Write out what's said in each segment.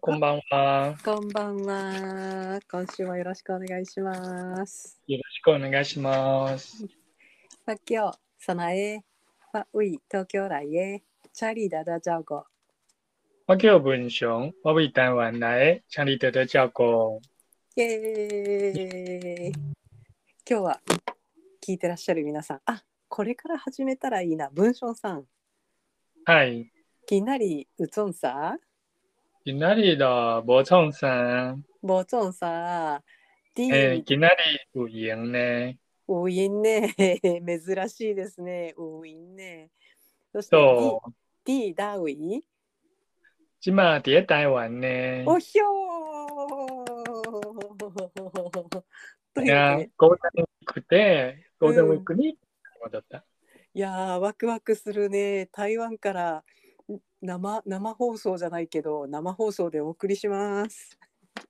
こんばんは。こんばんは。今週もよろしくお願いします。よろしくお願いします。パッキョ、サナエ、パウイ、東京来へ、チャリダダジャオゴ。我叫文雄，我为台湾来，强力的的教工。イエーイ今日は聞いてらっしゃる皆さん、あこれから始めたらいいな、文章さん。嗨，きなりうつんさ、今那里的无创伤，ぼつんさ、ディ诶、ーン、今那里有赢呢？ウインね、 珍しいですね、ウインね。そして、そう、ディーダウイ、今嘛在台湾呢。おひょーと いいうわやけで、ゴールデンウィークで、ゴールデンウィークに戻った。いやーワクワクするね台湾からん生生放送じゃないけど生放送でお送りします。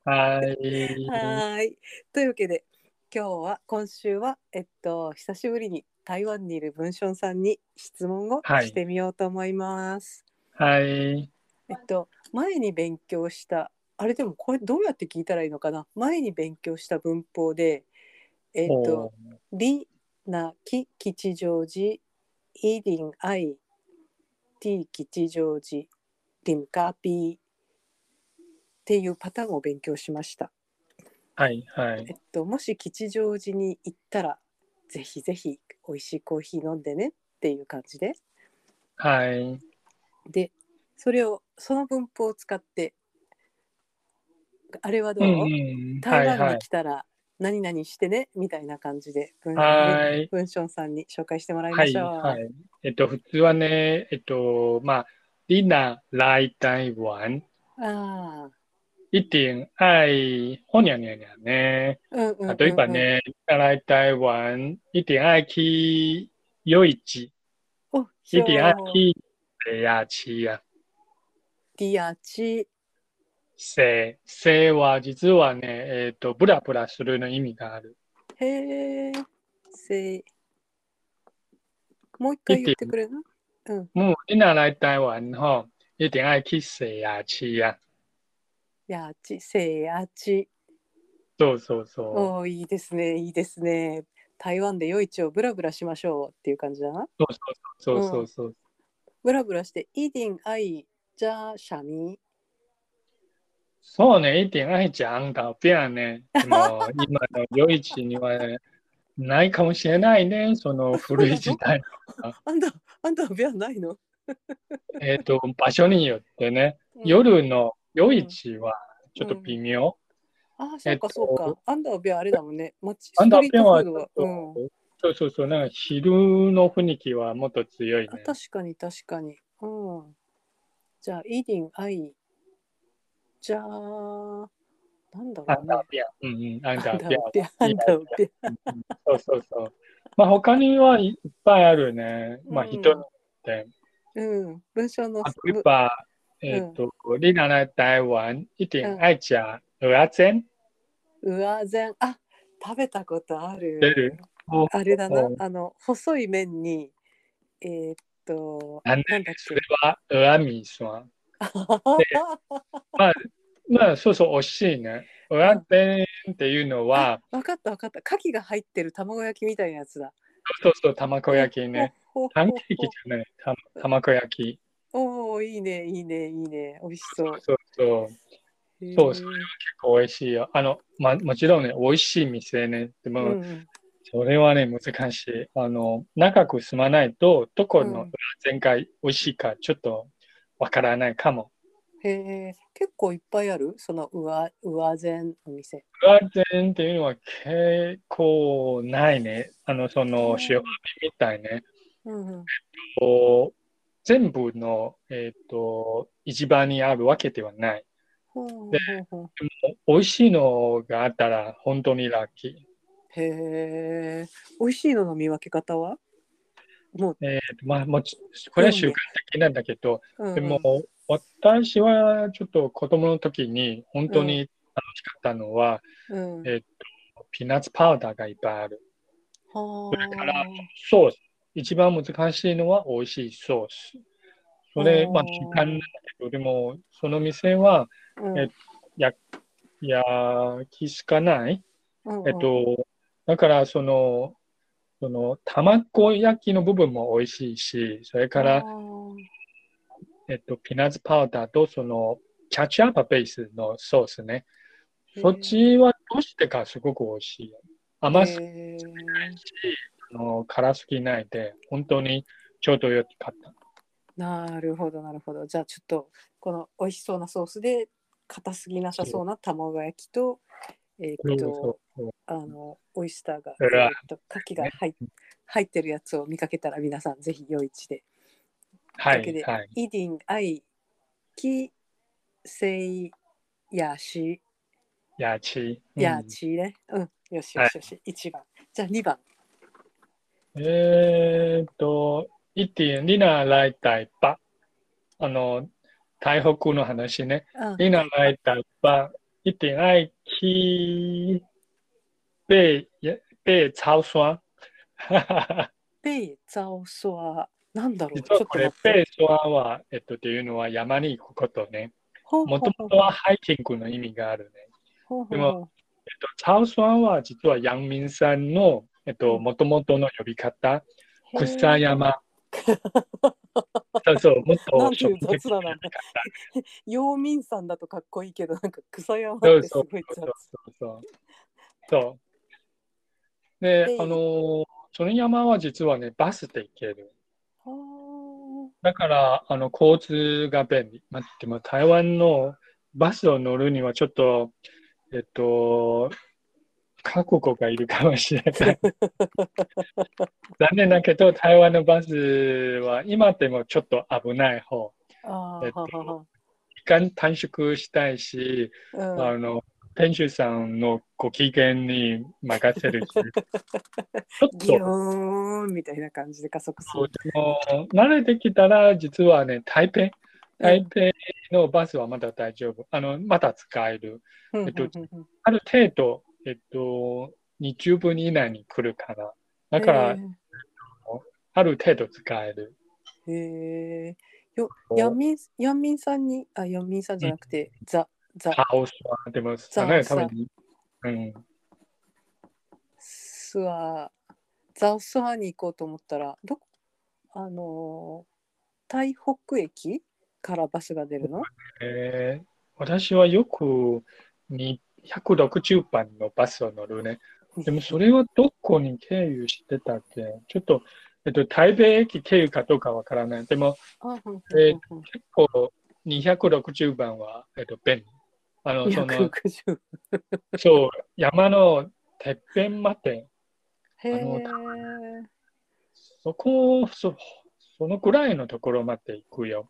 はい。はーいというわけで今日は今週はえっと久しぶりに台湾にいる文春さんに質問をはいしてみようと思います。はい。えっと前に勉強したあれでもこれどうやって聞いたらいいのかな前に勉強した文法でえっとおりなき吉祥寺いりんあいて吉祥寺りんかぴっていうパターンを勉強しました。はいはいえ。っと、もし吉祥寺に行ったらぜひぜひ美味しいコーヒー飲んでねっていう感じではい。でそれをその文法を使ってあれはどうう、んうん。は台い湾はに来たら何々してねみたいな感じで文い。はい。文章さんに紹介してもらいはましいょう。はい。えっと、普通はね、えっと、まあ、リナ、来台湾、ああ、一点愛、ほにゃにゃにゃね。うんうんうん、うん。例えば。ね、来台湾、一点愛去夜市、お、一ひ点ょ愛ー去谁呀去や。ディアチ。せ、せは実はね、えっと、ブラブラするの意味がある。へえ。せ。もう一回言ってくれるうん。もう、リナ、来台湾、ほ、一点愛去谁や去や。やち、せやち。そうそうそう。おーいいですね、いいですね。台湾で夜市をブラブラしましょうっていう感じだな。そうそうそうそう。ブラブラして、イディンアイ、じゃシャミ。そうね、一点愛讲到变ね。でも今の夜市にはないかもしれないね、その古い時 代。あんた、あんたは部屋ないの、えっと、場所によってね、うん夜の夜市はちょっと微妙。ああ、そえうかっとそうか。あんたは部屋あれだもんね。街アスンダートリーペントフはーちドょっが。と、うん。そうそうそう、なんか昼の雰囲気はもっと強いあね。確かに確かに。うん。じゃあ、イーディン、アイ。じゃあ、なんだアろうンねダー。ペン。うんうん、アンアダンーダペーペア。アアンダーペア。そうそうそう。まあ他にはいいっぱいあるね。まあ人によって。うん。文章の。例えば、えっと、リナ来台湾、一点愛讲蚵仔煎。うわぜん。あ食べたことある。出るもうあれだう。なんあの、細い麺に、えーっと、なんでなんだっそけれ。は、うわみそば。まあ、そうそう、惜しいね。うわてんっていうのは、 わかったわかった。牡蠣が入ってる卵焼きみたいなやつだ。そうそう、卵焼きね。ほほほほ。パンケーキじゃない、た卵焼き。おお、いいね、いいね、いいね。美味しそう。そうそう、結そうそへー構美味しいよ。あの、ま、もちろんね、美味しい店ね。でうも、んそれはね、難しい。あの、長く住まないと、どこのううんわ全開美味しいか、ちょっとわからないかも。へえ結構いっぱいあるその上上膳の店。ガーデンっていうのは結構ないね。あの、その、塩浴びみたいね。うんうん、こう全部の、えっ、と、市場にあるわけではない。ほうほうほうほ美味しいのがあったら、本当にラッキー。うへえ美味しいのの見分け方はもう、えっ、と、まあ、もち、これは習慣的なんだけど、うんうんでも、私はちょっと子供の時に本当に楽しかったのは、うん、えっ、と、ピーナッツパウダーがいっぱいある。はそれからあソース。一番難しいのは美味しいソース。それ、うんまあ、時間なんだけど、でも、その店は、うんえっ焼きしかない。うんうんえっと、だから、その、その、卵焼きの部分も美味しいし、それからあ、ーえっと、ピーナッツパウダーと、その、キャッチアップベースのソースね。そっちはどうしてかすごく美味しいよ。甘すぎへーないし、あの辛すぎないで、本当にちょうどよかった。なるほどなるほどじゃあちょっとこの美味しそうなソースで硬すぎなさそうな卵焼きとえーっとそうそうあのオイスターが、うわえーっと牡蠣が入っ入ってるやつを見かけたら皆さんぜひ夜市ではだけい、ではい。イディンアイキセイヤシやち。うんヤチねうん、よしよしよし、一番じゃあ二番えーっと、一点、リナライタイパ。あの、台北の話ね。あリナライタイパ。一点、愛き、被、被超 酸。ペイザオソアなんだろうち実ょっはとこれ、待って被酸は、えっと、っていうのは山に行くことね。ほうほもうほとうもとはハイキングの意味があるね。ほうほでうもえっと、超酸は実は陽明山の、えっと、もともとの呼び方。へー草山。そうそう、もっとなんていう植物雑な名前的な陽民さんだとかっこいいけどなんか草山っそてうすそうごいそ雑うそうそう。そうでで、あのーその山は実はね、バスで行ける。はーだから、あの、交通が便利。まあ、でも台湾のバスを乗るにはちょっと、えっと、覚悟がいるかもしれない。 残念だけど、台湾のバスは今でもちょっと危ない方。あえーっとはは時間短縮したいし、はあの、店主さんのご機嫌に任せるし、ちょっ うんギュと、ーンみたいな感じで加速すそうるでも慣れてきたら、実はね、台北、台北のバスはまだ大丈夫。あの、まだ使える。うんえっとうんうんうんある程度、えっと、20分以内に来るから。だから、ある程度使える。へえよヤンミンヤンミンさんにあヤンミンさんじゃなくてザザハウスは、でも、そうそれ多分、うん。スワザオスワに行こうと思ったらどこあのー台北駅からバスが出るのえー私はよくに160番のバスを乗るね。でもそれはどこに経由してたっけちょっと、えっと、台北駅経由かどうかわからない。でもあうんうんえーうんうん結構260番は、えっと、便利。あの、その、 260そう、山のてっぺんまで、へえあのそこ、そ、そのくらいのところまで行くよ。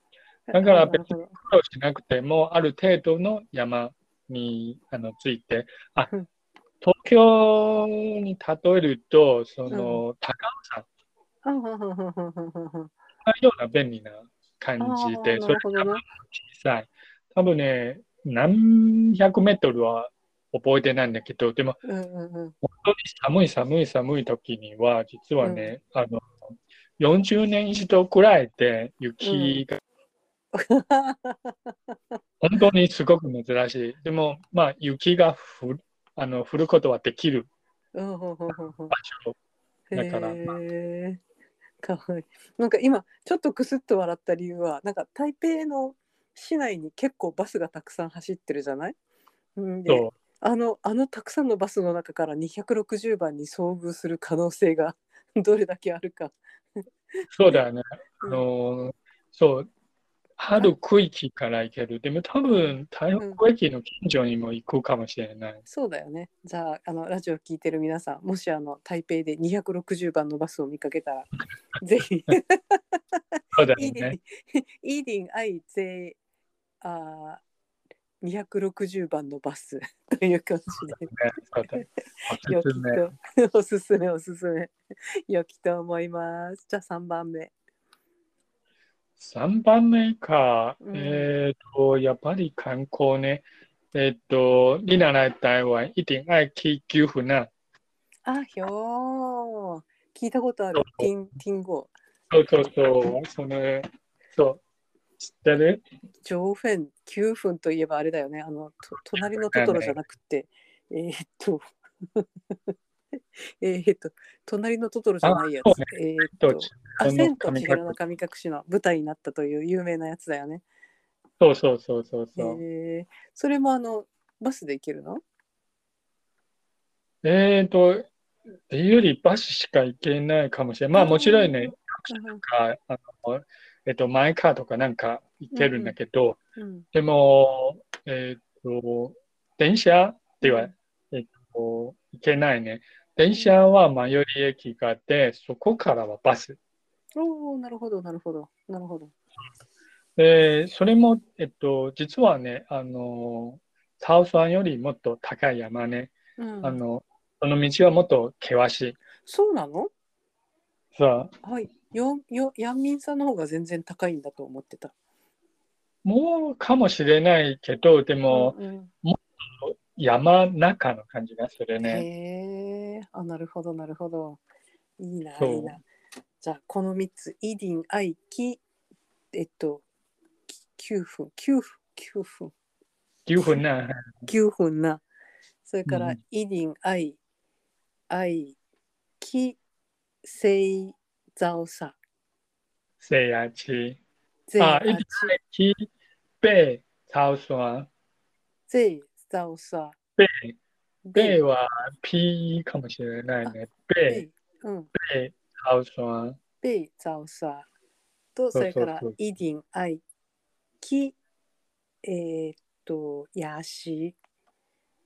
だから別に苦労しなくても、ある程度の山にあのついて、あうん、東京に例えると、その、高尾山あうんうんうんうんうんうんのような便利な感あじーで、なそれるほどね。小さい。多分ね、何百メートルは覚えてないんだけど、でもうんうんうん。本当に寒い寒い寒い時には、実はね、あの、40年一度くらいで雪が本当にすごく珍しい。でも、まあ、雪が降るあの降ることはできるうんうんう んうんう場ん所。だからへーかわいい。なんか今ちょっとクスッと笑った理由はなんか台北の市内に結構バスがたくさん走ってるじゃないうんでそうあのあのたくさんのバスの中から260番に遭遇する可能性が どれだけあるか。そうだよね。うあんのそう、ある区域から行ける。でも多分、台北駅の近所にも行くかもしれない。そうだよね。じゃあ、あのラジオ聞いてる皆さん、もしあの台北で260番のバスを見かけたら、ぜひ、そうだイよーディね ン。、イーディン、アイ、ゼイ、あー260番のバス という感じで、ねそうだ およすすめ。きと、おすすめ、おすすめ、よきと思います。じゃあ、3番目。 3番目か、うんえっ、と、やっぱり観光ね。えっ、と、リナ来台湾、一定愛去九湖南。あひょー、聞いたことある、ティン、ティンゴそうそうそう、その、そう、知ってる上フェン9分といえばあれだよねあのと隣のトトロじゃなくてえーっと えーっと隣のトトロじゃないやあつ、そえーっどとっちあこの千と千尋神の隠神隠しの舞台になったという有名なやつだよね、そうそうそうそうえそう。ーそれもあのバスで行けるのえー、と、っていうよりバスしか行けないかもしれない。まあうんもちろんね、うんああのえっと、マイカーとかなんか行けるんだけど、うんでも、えー、と、電車では、えっと、行けないね。電車は最寄り駅があって、そこからはバス。おおなるほどなるほどなるほどで、それも、えっと、実はね、あの、タオさんよりもっと高い山ね。うんあの、その道はもっと険しい。そうなのさあ、はいよよヤンミンさんの方が全然高いんだと思ってたもうかもしれないけど、でもうんうん山中の感じがするね。へえ、あ、なるほど、なるほど。いいな、そういいな。じゃあ、この三つ、イディン、アイ、キ、えっと、き九分、九分、九分、 9分な。九分な。それから、うんイディン、アイ、アイ、キ、セイ、ザオサ、せやち。ゼイ、あアイディンチ、き、べ、たおすわ。ゼイ、ザオサ、べ、ベべイ、は P かもしれないね。ベべ、イ、うん、たおすわ。ベイ、ザオサ。と、そそうそうれからそう、イディン、アイ、キ、えーっと、ヤシ、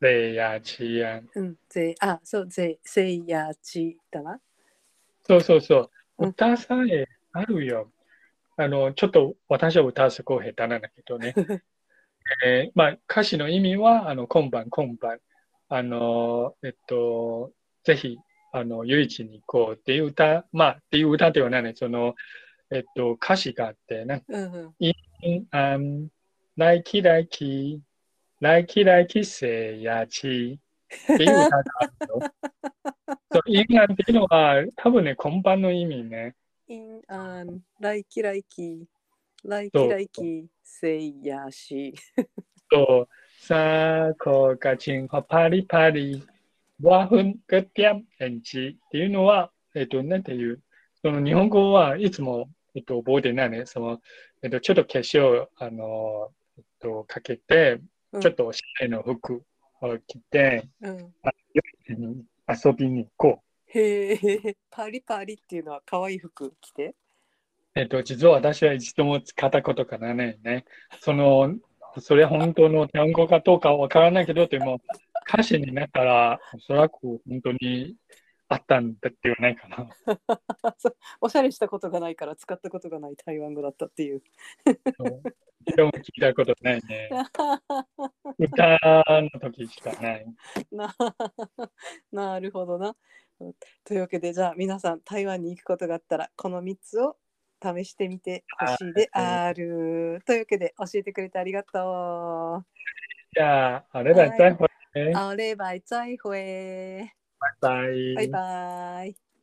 せやちや。うん、ぜ、あ、そう、ぜ、せいやちだな。そうそうそう。うん歌さえあるよ。あの、ちょっと私は歌すごい下手なんだけど ね。えーまあ、歌詞の意味は、あの、今晩、今晩、あの、えっと、ぜひ、あの、夜市に行こうっていう歌、まあ、っていう歌ではないね。その、えっと、歌詞があって、なんか、うん、うん。あん、来期来期、来期来期せいやちっていう歌があるよ。 そう、インランっていうのは、多分ね、今晩の意味ね。インアン、来期来期、来そ期う来期、せいやし。と、さあ、こがちんはパリパリ、わふんがぴゃんえんちっていうのは、えっと、なんていう、その日本語はいつも、えっと、覚えてないね。その、えっと、ちょっと化粧、あの、えっと、かけて、うんちょっとおしゃれの服を着て、うん、うん遊びに行こへえ、パリパリっていうのは可愛い服着て。 う。えっと、実は私は一度も使ったことがないね。その、それ本当の単語かどうかわからないけど、でも、歌詞になったら、おそらく本当にあったんだっては ないかな。そうおしゃれしたことがないから使ったことがない台湾語だったっていう。 そうでも聞いたことない ね。歌の時しかない。ななるほどな。うんというわけでじゃあ皆さん台湾に行くことがあったらこの3つを試してみてほしいである。というわけで教えてくれてありがとじゃあ、あれだ、はい再会ねう。あればい再会。バイバイバイバイ。